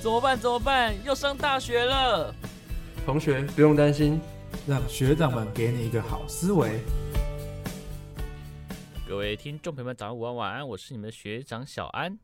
怎么办？怎么办？要上大学了！同学不用担心，让学长们给你一个好思维。各位听众朋友们，早上午安，晚安，我是你们的学长小安。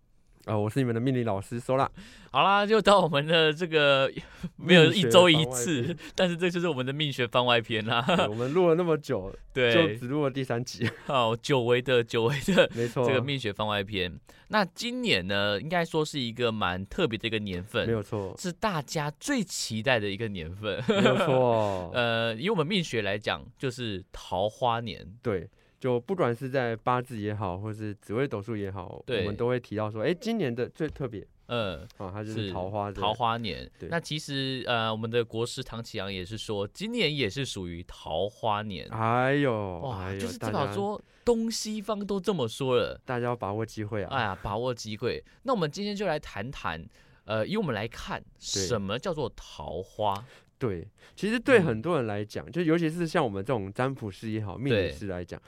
啊、我是你们的命理老师 Sola。好啦，又到我们的这个 没有命一学周一番外次篇，但是这就是我们的命学番外篇啦。 对我们录了那么久，就 对，只录了第三集， 好，久违的久违的没错，这个命学番外篇。那今年呢，应该说是一个蛮特别的一个年没份，有错，是大家最期待的一个年份。没有错。 呃，以我们命学来讲，就是桃花年。对，就不管是在八字也好，或是紫微斗数也好，我对们都会提到说，哎，今年的最特别呃，啊，它就是是桃花这个，桃花年对。那其实呃，我们的国师唐启阳也是说，今年也是属于桃花年。哎呦，哇，哎呦就是至大少家说东西方都这么说了，大家要把握机会啊，哎呀，把握机会。那我们今天就来谈谈，呃，以我们来看，什么叫做桃花？对，其实对嗯很多人来讲，就尤其是像我们这种占卜师也好，命对理师来讲，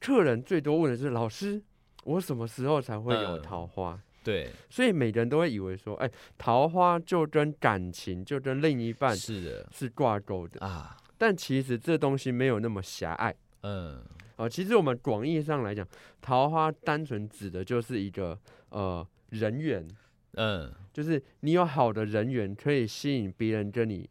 客人最多问的是老师，我什么时候才会有嗯桃花？对，所以每个人都会以为说，哎，桃花就跟感情，就跟另一半是的是挂钩的。啊，但其实这东西没有那么狭隘嗯，啊、呃其实我们广义上来讲，桃花单纯指的就是一个呃人缘，嗯就是你有好的人缘可以吸引别人跟你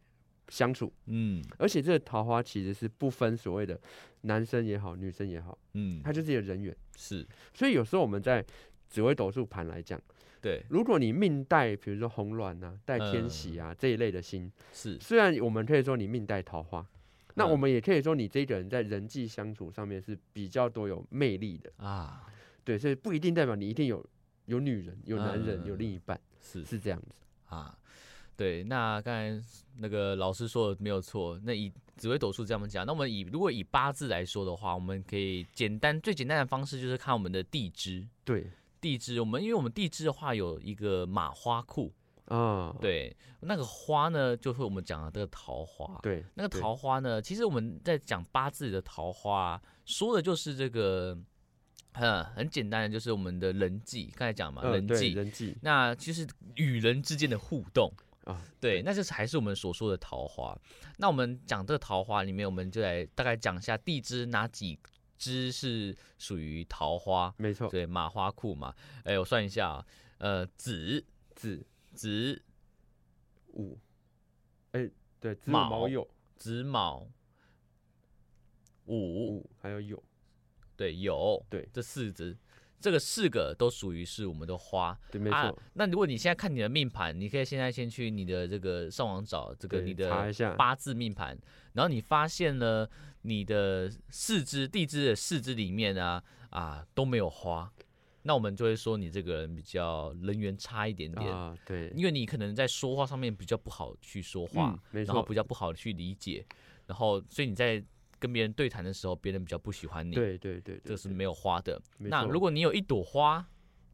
相处。嗯而且这个桃花其实是不分所谓的男生也好，女生也好，嗯，它就是一个人缘。是所以有时候我们在紫微斗数盘来讲，对，如果你命带比如说红鸾啊、带天喜嗯啊、这一类的星，是虽然我们可以说你命带桃花，那嗯我们也可以说你这个人在人际相处上面是比较多有魅力的。啊，对，所以不一定代表你一定有有女人、有男人、有嗯另一半，是是这样子。啊，对，那刚才那个老师说的没有错。那以紫微斗数这样讲，那我们以如果以八字来说的话，我们可以简单最简单的方式就是看我们的地支。对地支，我们因为我们地支的话有一个马花库，啊，对，那个花呢就是我们讲的这个桃花。对，那个对桃花呢，其实我们在讲八字里的桃花啊，说的就是这个，呃，很简单的就是我们的人际，刚才讲嘛，呃人对际，人际那就是与人之间的互动。啊，对，那就是还是我们所说的桃花。那我们讲这个桃花里面，我们就来大概讲一下地支哪几支是属于桃花。没错，对，马花库嘛，哎，我算一下啊，呃，子子子午，哎，对，子午卯卯酉子卯午，午还有酉，对，酉，对这四支，这个四个都属于是我们的花。对，没啊错，。那如果你现在看你的命盘，你可以现在先去你的这个上网找这个对你查的一下八字命盘，然后你发现呢，你的四肢地支的四肢里面啊啊都没有花，那我们就会说你这个人比较人缘差一点点，啊，对，因为你可能在说话上面比较不好去说话，嗯没然后错，比较不好去理解，然后所以你在跟别人对谈的时候，别人比较不喜欢你，对对对，这对是对没有花的。没那错如果你有一朵花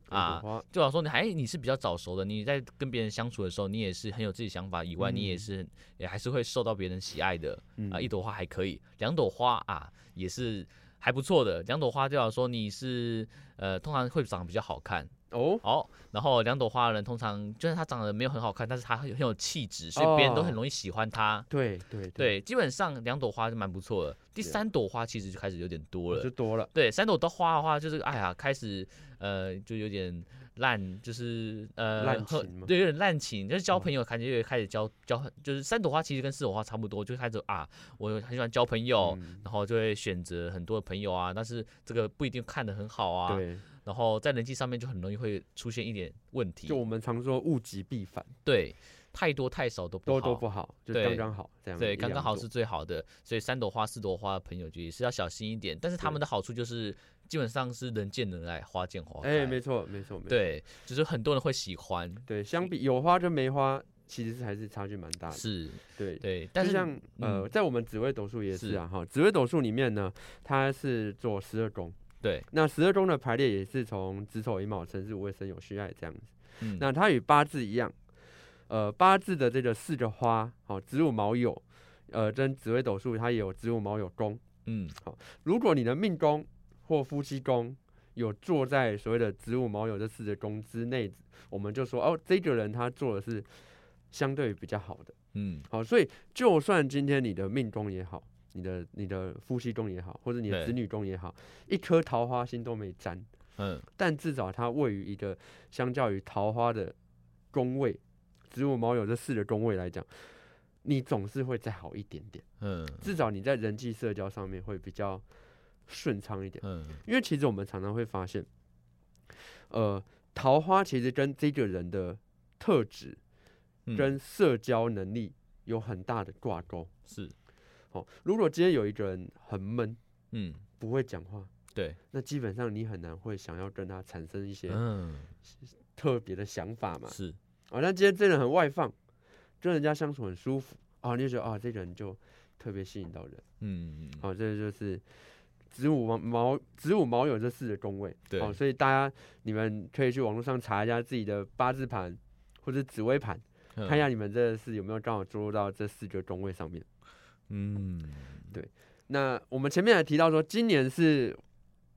有朵啊，花就好说你还你是比较早熟的，你在跟别人相处的时候，你也是很有自己想法以外，你也嗯是也还是会受到别人喜爱的、嗯啊。一朵花还可以，两朵花啊也是还不错的。两朵花就好说你是呃，通常会长得比较好看哦，哦。然后两朵花的人通常就算他长得没有很好看，但是他很很有气质，所以别人都很哦容易喜欢他。对对，对，基本上两朵花就蛮不错的。第对三朵花其实就开始有点多了就，多了，对，三朵的花的话，就是哎呀，开始呃，就有点烂，就是呃，滥和情吗对，有点滥情，就是交哦朋友，感觉也开始交交，就是三朵花其实跟四朵花差不多，就开始啊，我很喜欢交朋友，嗯然后就会选择很多的朋友啊，但是这个不一定看得很好啊，对，然后在人际上面就很容易会出现一点问题就，我们常说物极必反，对，太多太少都不多好，多不好，就对刚刚好这样，对，一刚刚两好朵是最好的，所以三朵花、四朵花的朋友就也是要小心一点，但是他对们的好处就是基本上是人见人爱，花见花开。哎，没错没错没错，对，就是很多人会喜欢，对，相比有花跟没花，其实是还是差距蛮大的，是啊对。对，但就是像呃，嗯在我们紫微斗数也是是啊，哈，紫微斗数里面呢，它是做十二宫，对，那十二宫的排列也是从子丑寅卯辰巳午未申酉戌亥这样子。嗯那它与八字一样，呃，八字的这个四个花，好、子午卯酉，呃，跟紫微斗数它也有子午卯酉宫。嗯如果你的命宫或夫妻宫有坐在所谓的子午卯酉这四个宫之内，我们就说哦，这个人他做的是相对比较好的。嗯，好，所以就算今天你的命宫也好，你的你的夫妻宫也好，或者你的对子女宫也好，一颗桃花心都没沾，嗯，但至少它位于一个相较于桃花的宫位，子午卯酉这四个宫位来讲，你总是会再好一点点，嗯，至少你在人际社交上面会比较顺畅一点。嗯，因为其实我们常常会发现，呃，桃花其实跟这个人的特质嗯跟社交能力有很大的挂钩。是，哦，如果今天有一个人很闷，嗯，不会讲话，对，那基本上你很难会想要跟他产生一些嗯，特别的想法嘛。是，哦，那今天这个人很外放，跟人家相处很舒服，哦，你就觉得哦，这个人就特别吸引到人。嗯，好、这就是子午卯卯子午卯酉这四个宫位。哦对好、所以大家你们可以去网络上查一下自己的八字盘或者紫微盘，嗯看一，下你们这是有没有刚好注入到这四个宫位上面。嗯，那我们前面也提到说，今年是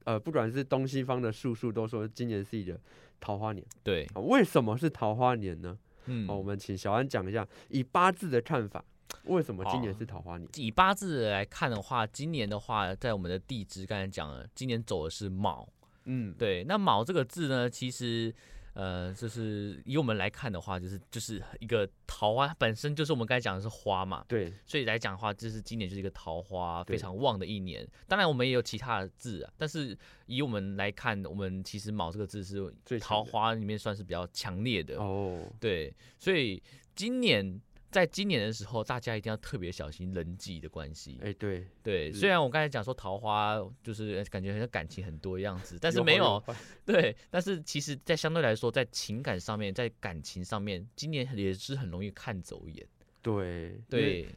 呃，不管是东西方的术数都说今年是一个桃花年、对，啊为什么是桃花年呢？嗯，哦，我们请小安讲一下，以八字的看法，为什么今年哦是桃花年？以八字来看的话，今年的话，在我们的地支刚才讲了，今年走的是卯，嗯，对，那卯这个字呢，其实。呃，就是以我们来看的话，就是就是一个桃花，它本身就是我们刚才讲的是花嘛，对，所以来讲的话，就是今年就是一个桃花对非常旺的一年。当然，我们也有其他的字啊，但是以我们来看，我们其实卯这个字是最强桃的花里面算是比较强烈的。哦，对，所以今年在今年的时候，大家一定要特别小心人际的关系。哎、对，对，是虽然我刚才讲说桃花就是感觉好像感情很多的样子，但是好没有坏对，但是其实，在相对来说，在情感上面，在感情上面，今年也是很容易看走眼。对，对，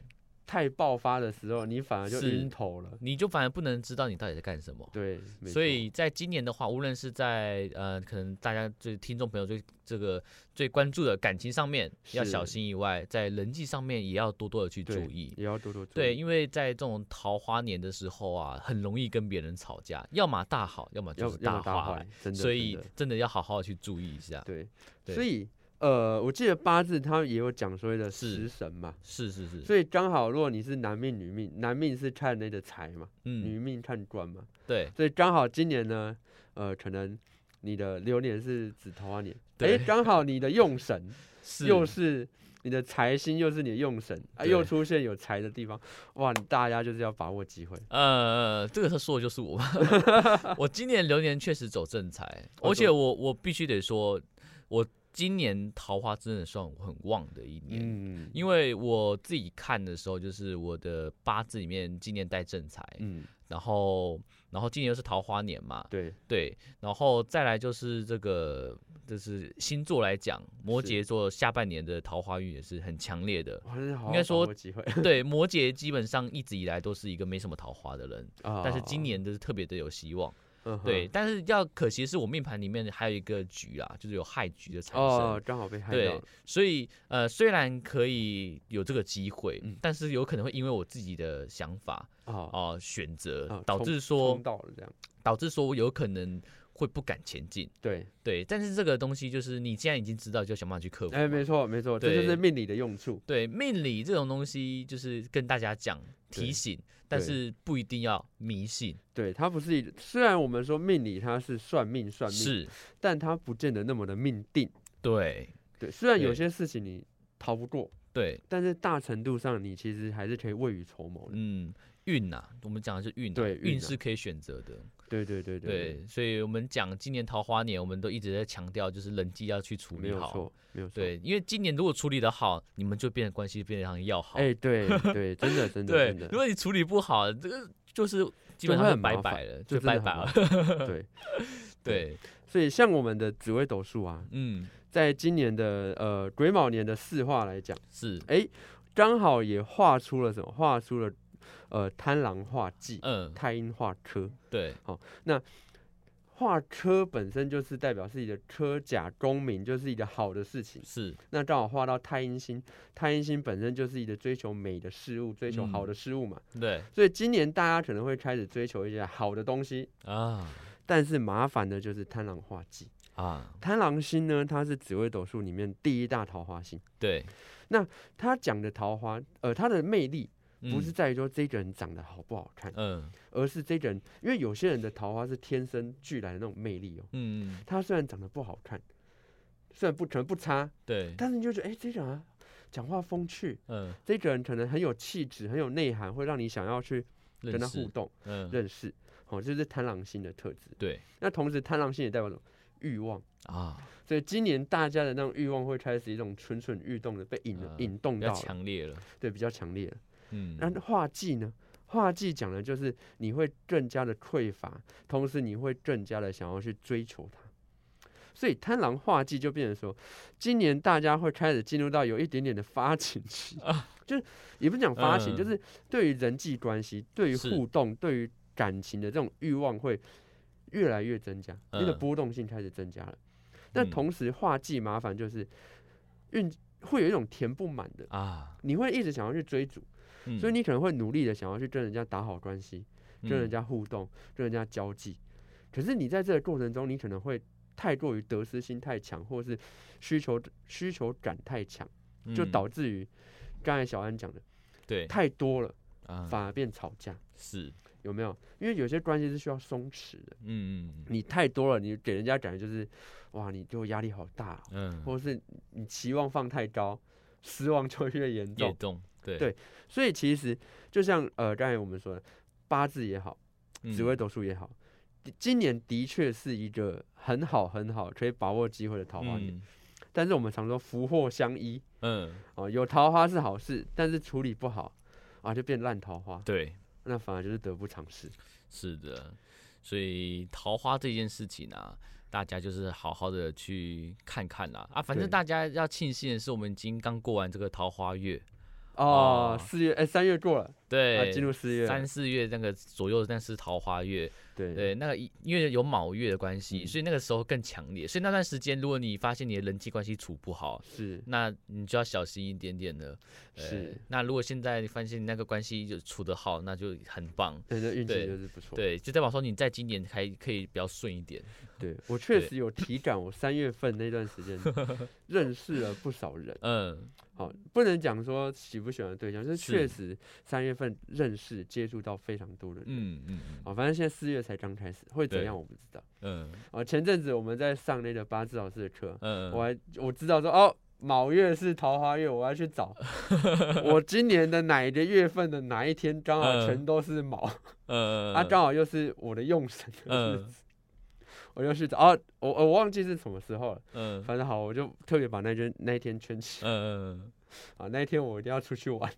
太爆发的时候，你反而就是晕头了。你就反而不能知道你到底在干什么。对，没所错以在今年的话，无论是在呃，可能大家最听众朋友最这个最关注的感情上面要小是心以外，在人际上面也要多多的去注对意。也要多多注对，意，因为在这种桃花年的时候啊，很容易跟别人吵架，要么大好，要么就要是要么坏。坏，真的。所真以的真的要好好地去注意一下。对，对所以呃，我记得八字它也有讲所谓的是食神嘛，是是是，所以刚好如果你是男命女命，男命是看那个财嘛，女嗯，命看官嘛，对所以刚好今年呢，呃，可能你的流年是紫桃花年，哎，对刚好你的用神 是又是。你的财星又是你的用神啊，又对出现有财的地方，哇！你大家就是要把握机会。呃，这个他说的就是我。 我今年流年确实走正财，哦而且走我我必须得说，我今年桃花真的算很旺的一年。嗯，因为我自己看的时候，就是我的八字里面今年带正财，嗯，然后然后今年又是桃花年嘛，对，对，然后再来就是这个就是星座来讲，摩是，羯座下半年的桃花运也是很强烈的哇，那好应好该把说握机会对，摩羯基本上一直以来都是一个没什么桃花的人，啊但是今，年就是特别的有希望。嗯哼对，但是要可惜的是我命盘里面还有一个局啊，就是有害局的产生。哦，刚好被害到对了，，所以呃，虽然可以有这个机会，嗯但是有可能会因为我自己的想法哦，啊、选择，啊导冲致说冲到了这样，导致说我有可能会不敢前进。对，对，但是这个东西就是你既然已经知道，就想办法去克服嘛。哎，没错没错，这就是对命理的用处，对命理这种东西，就是跟大家讲对提醒，但对是不一定要迷信。对，它不是一，虽然我们说命理它是算命算命，是，但它不见得那么的命定，对，对，虽然有对些事情你逃不过，对，但是大程度上你其实还是可以未雨绸缪的，嗯，运呐、我们讲的是运、啊，对运运啊是可以选择的。对对对对，所以我们讲今年桃花年，我们都一直在强调，就是人际要去处理没有好。错，没有错，对，因为今年如果处理的好，你们就变得关系变得非常要好。哎，对对，真的真的对真，的如，果你处理不好，这个就是基本就会上就很麻拜烦拜了，就就真的拜很拜麻了。 对，对，所以像我们的紫微斗数啊，嗯，在今年的呃癸卯年的四化来讲，哎是，刚好也画出了什么？画出了呃贪狼化忌、嗯，太阴化科。对，化科本身就是代表是一个科甲功名，就是一个好的事情。是，那刚好画到太阴星，太阴星本身就是一个追求美的事物、追求好的事物嘛。 对，所以今年大家可能会开始追求一些好的东西，啊，但是麻烦的就是贪狼化忌。啊，贪狼星呢，它是紫微斗数里面第一大桃花星。对，它讲的桃花，呃，它的魅力嗯不是在于说这个人长得好不好看，嗯而是这个人，因为有些人的桃花是天生俱来的那种魅力哦。嗯，嗯他虽然长得不好看，虽然不可能不差，对，但是你就觉得，哎、这个人、啊、讲话风趣，嗯，这个人可能很有气质，很有内涵，会让你想要去跟认他互识，动、嗯，认识。哦，这是贪狼星的特质。对那同时，贪狼星也代表什么？欲望。啊，所以今年大家的那种欲望会开始一种蠢蠢欲动的被引、嗯引比动较到了，强烈了，对，比较强烈了。嗯，那画技呢？画技讲的就是你会更加的匮乏，同时你会更加的想要去追求它。所以贪狼画技就变成说，今年大家会开始进入到有一点点的发情期，就是也不是讲发情，啊嗯就是对于人际关系、对于是互动、对于感情的这种欲望会越来越增加，那个嗯波动性开始增加了。但嗯同时画技麻烦就是运会有一种填不满的，啊，嗯你会一直想要去追逐。所以你你可能会努力的想要去跟人家打好关系，跟人家家互动，跟人家交际。可是你在这个过程中，你可能会太过于得失心太强，或是需求需求感太强，嗯就导致于刚才小安讲的对太多了，啊反而变吵架，是，有没有？因为有些关系是需要松弛的，嗯嗯你太多了，你给人家感觉就是哇，你对我压力好大哦，嗯，或是你期望放太高，失望就越严重夜。动，对对所以其实就像呃刚才我们说的，八字也好，嗯紫微斗数也好，的今年的确是一个很好很好可以把握机会的桃花年。嗯但是我们常说福祸相依嗯，哦，有桃花是好事，但是处理不好啊就变烂桃花，对，那反而就是得不偿失。是的，所以桃花这件事情啊，大家就是好好的去看看啦。啊，反正对大家要庆幸的是，我们已经刚过完这个桃花月，哦哦，四月哎三月过了，啊对，进入四月了，三四月那个左右，那是桃花月，对对，那个一因为有卯月的关系，嗯所以那个时候更强烈。所以那段时间，如果你发现你的人际关系处不好，是那你就要小心一点点了。对是，那如果现在你发现你那个关系就处得好，那就很棒。对这运气对就是不错。对，就代表说你在今年还可以比较顺一点。对我确对实有体感，我三月份那段时 间认识了不少人。嗯，好，不能讲说喜不喜欢的对象，就是是确实三月份认识接触到非常多的人。嗯嗯嗯好，哦反正现在四月才刚开始，会怎对样我不知道。嗯啊，前阵子我们在上那个八字老师的课，嗯，我还我知道说哦，卯月是桃花月，我要 去找我今年的哪一个月份的哪一天刚好嗯全都是卯，呃啊，刚好又是我的用神的日嗯子， 我又去找哦，我我忘记是什么时候了，嗯反正好，我就特别把那天那一天圈起来，嗯啊，那一天我一定要出去玩。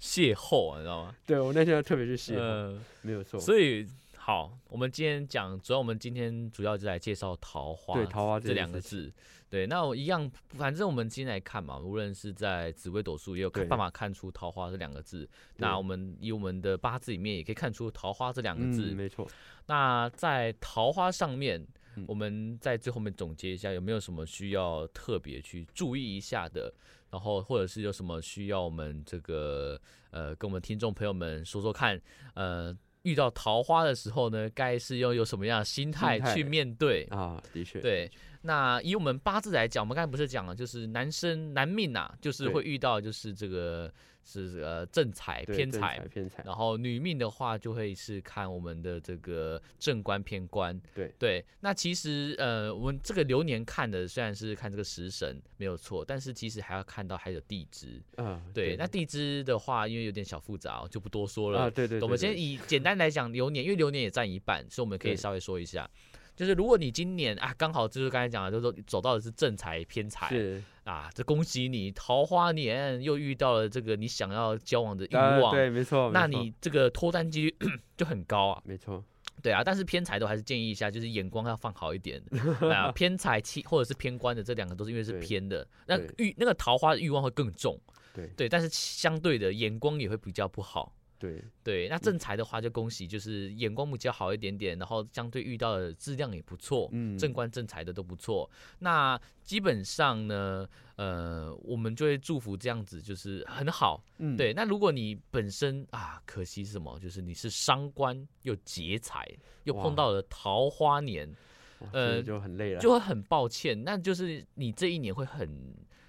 邂逅，你知道吗？对我那天要特别去邂逅，嗯，没有错。所以好，我们今天讲，主要我们今天主要就来介绍桃花，对桃花这这件两个事字。对，那我一样，反正我们今天来看嘛，无论是在紫微斗数，也有看对办法看出桃花这两个字。那对我们以我们的八字里面也可以看出桃花这两个字。嗯，没错。那在桃花上面嗯，我们在最后面总结一下，有没有什么需要特别去注意一下的？然后或者是有什么需要我们这个呃跟我们听众朋友们说说看，呃，遇到桃花的时候呢，该是要有什么样的心态心态去面对？啊，的确，对，那以我们八字来讲，我们刚才不是讲了，就是男生男命呐、啊就是对会遇到就是这个是呃正财对偏正财，偏财，然后女命的话，就会是看我们的这个正官偏官。对对，那其实呃，我们这个流年看的虽然是看这个食神没有错，但是其实还要看到还有地支。啊，对，那地支的话，因为有点小复杂、哦，就不多说了。啊，对对，我们对先对以简单来讲流年，因为流年也占一半，所以我们可以对稍微说一下。就是如果你今年啊，刚好就是刚才讲的，就是说走到的是正财偏财是啊，这恭喜你桃花年又遇到了这个你想要交往的欲啊，望，对，没错，那没错你这个脱单几率 就很高啊，没错，对啊，但是偏财的我还是建议一下，就是眼光要放好一 点。那偏财气或者是偏官的这两个都是因为是对偏的，那对欲那个桃花的欲望会更重，对但是相对的眼光也会比较不好。对，对，那嗯正财的话就恭喜，就是眼光比较好一点点，然后相对遇到的质量也不错，嗯，正官正财的都不错。那基本上呢，呃，我们就会祝福这样子，就是很好。嗯，对，那如果你本身啊，可惜是什么？就是你是伤官又劫财，又哇碰到了桃花年，哇，呃这个就很累了，就会很抱歉。那就是你这一年会很。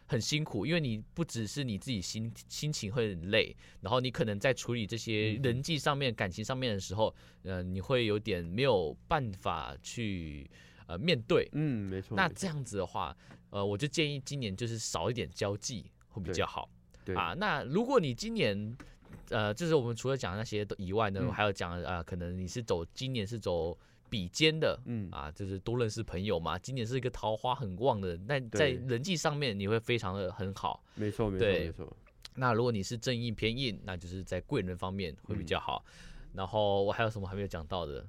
很辛苦，因为你不只是你自己心心情会很累，然后你可能在处理这些嗯人际上面、感情上面的时候，呃，你会有点没有办法去呃面对，嗯，没错，那没错这样子的话，呃，我就建议今年就是少一点交际会比对较好对啊。那如果你今年，呃，就是我们除了讲那些以外呢，嗯我还有讲啊、呃可能你是走今年是走比肩的。嗯，啊，就是多认识朋友嘛。今年是一个桃花很旺的，那在对人际上面你会非常的很好。没错，没错，对没错，那如果你是正印偏印，那就是在贵人方面会比嗯较好。然后我还有什么还没有讲到的？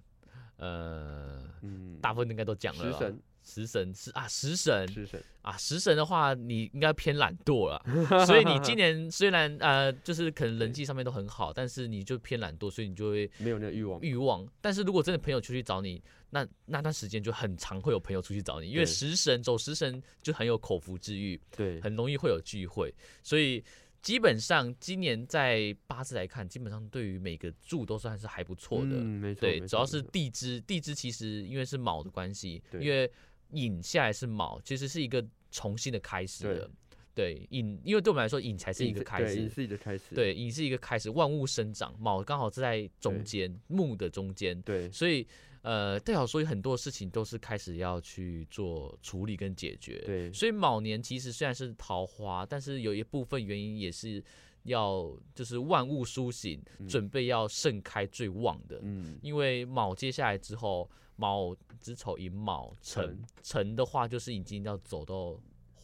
呃，嗯，大部分应该都讲了食啦。神，食神是啊，食神食神，啊，食神的话，你应该偏懒惰了，所以你今年虽然呃，就是可能人际上面都很好，但是你就偏懒惰，所以你就会没有那个欲望，欲望。但是如果真的朋友出去找你，那那段时间就很常会有朋友出去找你，因为对食神走食神就很有口福之欲，对，嗯很容易会有聚会，所以。基本上今年在八字来看，基本上对于每个柱都算是还不错的。嗯没错，对，没主错要没是错地支，地支其实因为是卯的关系，对因为寅下来是卯，其实是一个重新的开始了。对，寅，因为对我们来说，寅才是一饮个食开对饮始。食一个开始，对，寅是一个开始，万物生长，卯刚好是在中间，木的中间，对，所以呃，代表所以很多事情都是开始要去做处理跟解决。对，所以卯年其实虽然是桃花，但是有一部分原因也是要就是万物苏醒，嗯准备要盛开最旺的。嗯，因为卯接下来之后，卯子丑寅卯辰辰辰的话，就是已经要走到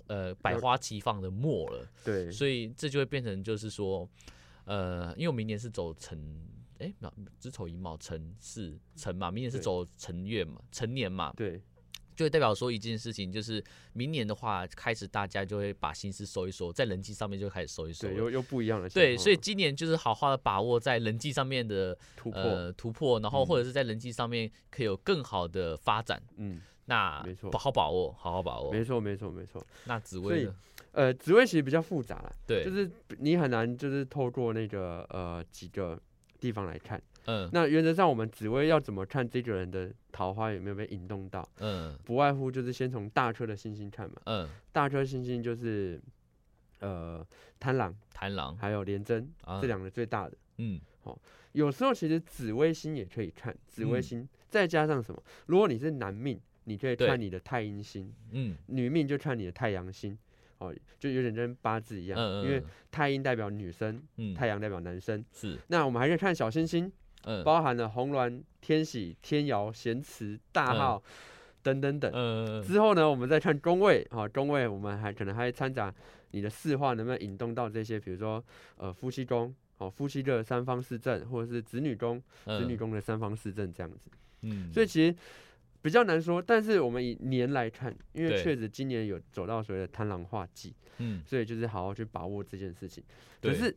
呃百花齐放的末了，对，所以这就会变成就是说，呃，因为我明年是走辰，哎，卯子丑寅卯辰巳辰嘛，明年是对走辰月嘛，辰年嘛，对，就会代表说一件事情，就是明年的话，开始大家就会把心思收一收，在人际上面就开始收一收对，嗯了。又又不一样了，对，所以今年就是好好的把握在人际上面的突破，呃突破，然后嗯或者是在人际上面可以有更好的发展，嗯，那没错好好把握，好好把握没。错，没错，没错，那紫所薇以呢？呃，职位其实比较复杂啦，对，就是你很难就是透过那个呃几个地方来看。嗯那原则上我们紫薇要怎么看这个人的桃花有没有被引动到，嗯不外乎就是先从大车的星星看嘛，嗯，大车星星就是呃贪狼螳螂还有廉贞啊这，两个最大的。嗯有时候其实紫微星也可以看，紫微嗯星、再加上什么？如果你是男命，你可以对看你的太阴星；嗯女命就看你的太阳星。哦，就有点跟八字一嗯样，嗯，因为太阴代表女生，嗯太阳代表男生。是那我们还可以看小星星，嗯包含了红鸾、天喜、天姚、咸池、大嗯号、等等等。嗯嗯之后呢，我们再看宫位啊，宫位我们还可能还会掺杂你的四化能不能引动到这些，比如说呃夫妻宫哦，夫妻的三方四正，或者是子女宫、子女嗯宫的三方四正这样子。嗯，所以其实比较难说，但是我们以年来看，因为对确实今年有走到所谓的贪狼化忌，嗯所以就是好好去把握这件事情。可对是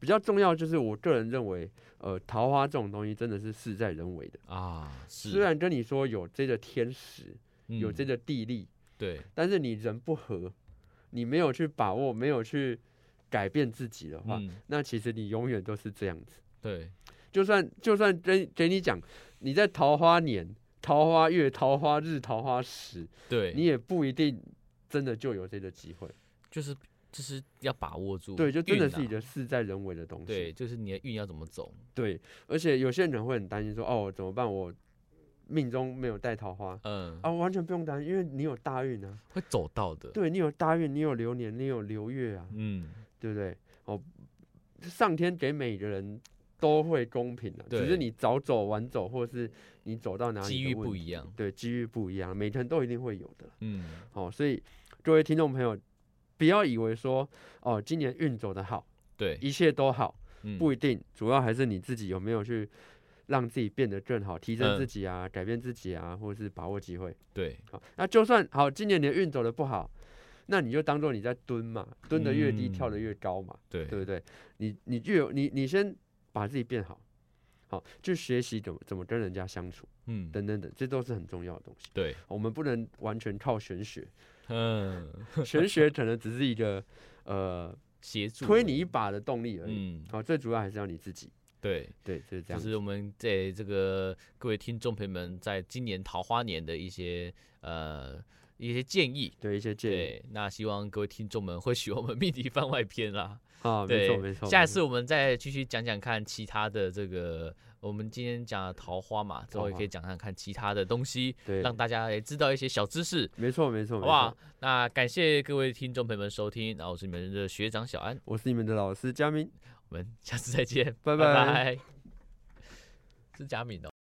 比较重要就是，我个人认为，呃，桃花这种东西真的是事在人为的。啊是虽然跟你说有这个天时，有嗯这个地利，对但是你人不和，你没有去把握，没有去改变自己的话，嗯那其实你永远都是这样子。对就算就算跟给你讲，你在桃花年、桃花月、桃花日、桃花时，对，你也不一定真的就有这个机会。就是就是要把握住运啊，对，就真的是一个事在人为的东西。对，就是你的运要怎么走，对而且有些人会很担心说，哦，怎么办？我命中没有带桃花。嗯啊，完全不用担心，因为你有大运啊，会走到的，对你有大运，你有流年，你有流月啊，嗯对不对？哦，上天给每个人都会公平的、啊只对是你早走晚走，或是你走到哪里，机遇不一样，对，机遇不一样，每个人都一定会有的。嗯哦，所以各位听众朋友，不要以为说哦，今年运走得好，对，一切都好，嗯不一定，主要还是你自己有没有去。让自己变得更好，提嗯升自己啊，改变自己啊，或者是把握机会。对，好，那就算好，今年你的运走的不好，那你就当做你在蹲嘛，蹲得越低，跳得嗯越高嘛。对对不对？你你就有你你先把自己变好，好去学习怎么怎么跟人家相处，嗯，等等等，这都是很重要的东西。对，我们不能完全靠玄 学，嗯，玄学可能只是一个呃协助推你一，把的动力而已。嗯，好，最主要还是要你自己。对，对，就是这就样子。是我们在这个各位听众朋友们，在今年桃花年的一些呃一些建议。对一些建议对，那希望各位听众们会喜欢我们命题番外篇 啦。啊，没对，错没错。下没一次我们再继续讲讲看其他的这个，我们今天讲的桃花嘛，之后也可以讲讲看其他的东西，错对，让大家也知道一些小知识，没错没错，好没不好错？那感谢各位听众朋友们收听，然后我是你们的学长小安，我是你们的老师佳明。我们下次再见，拜拜拜是佳敏哦。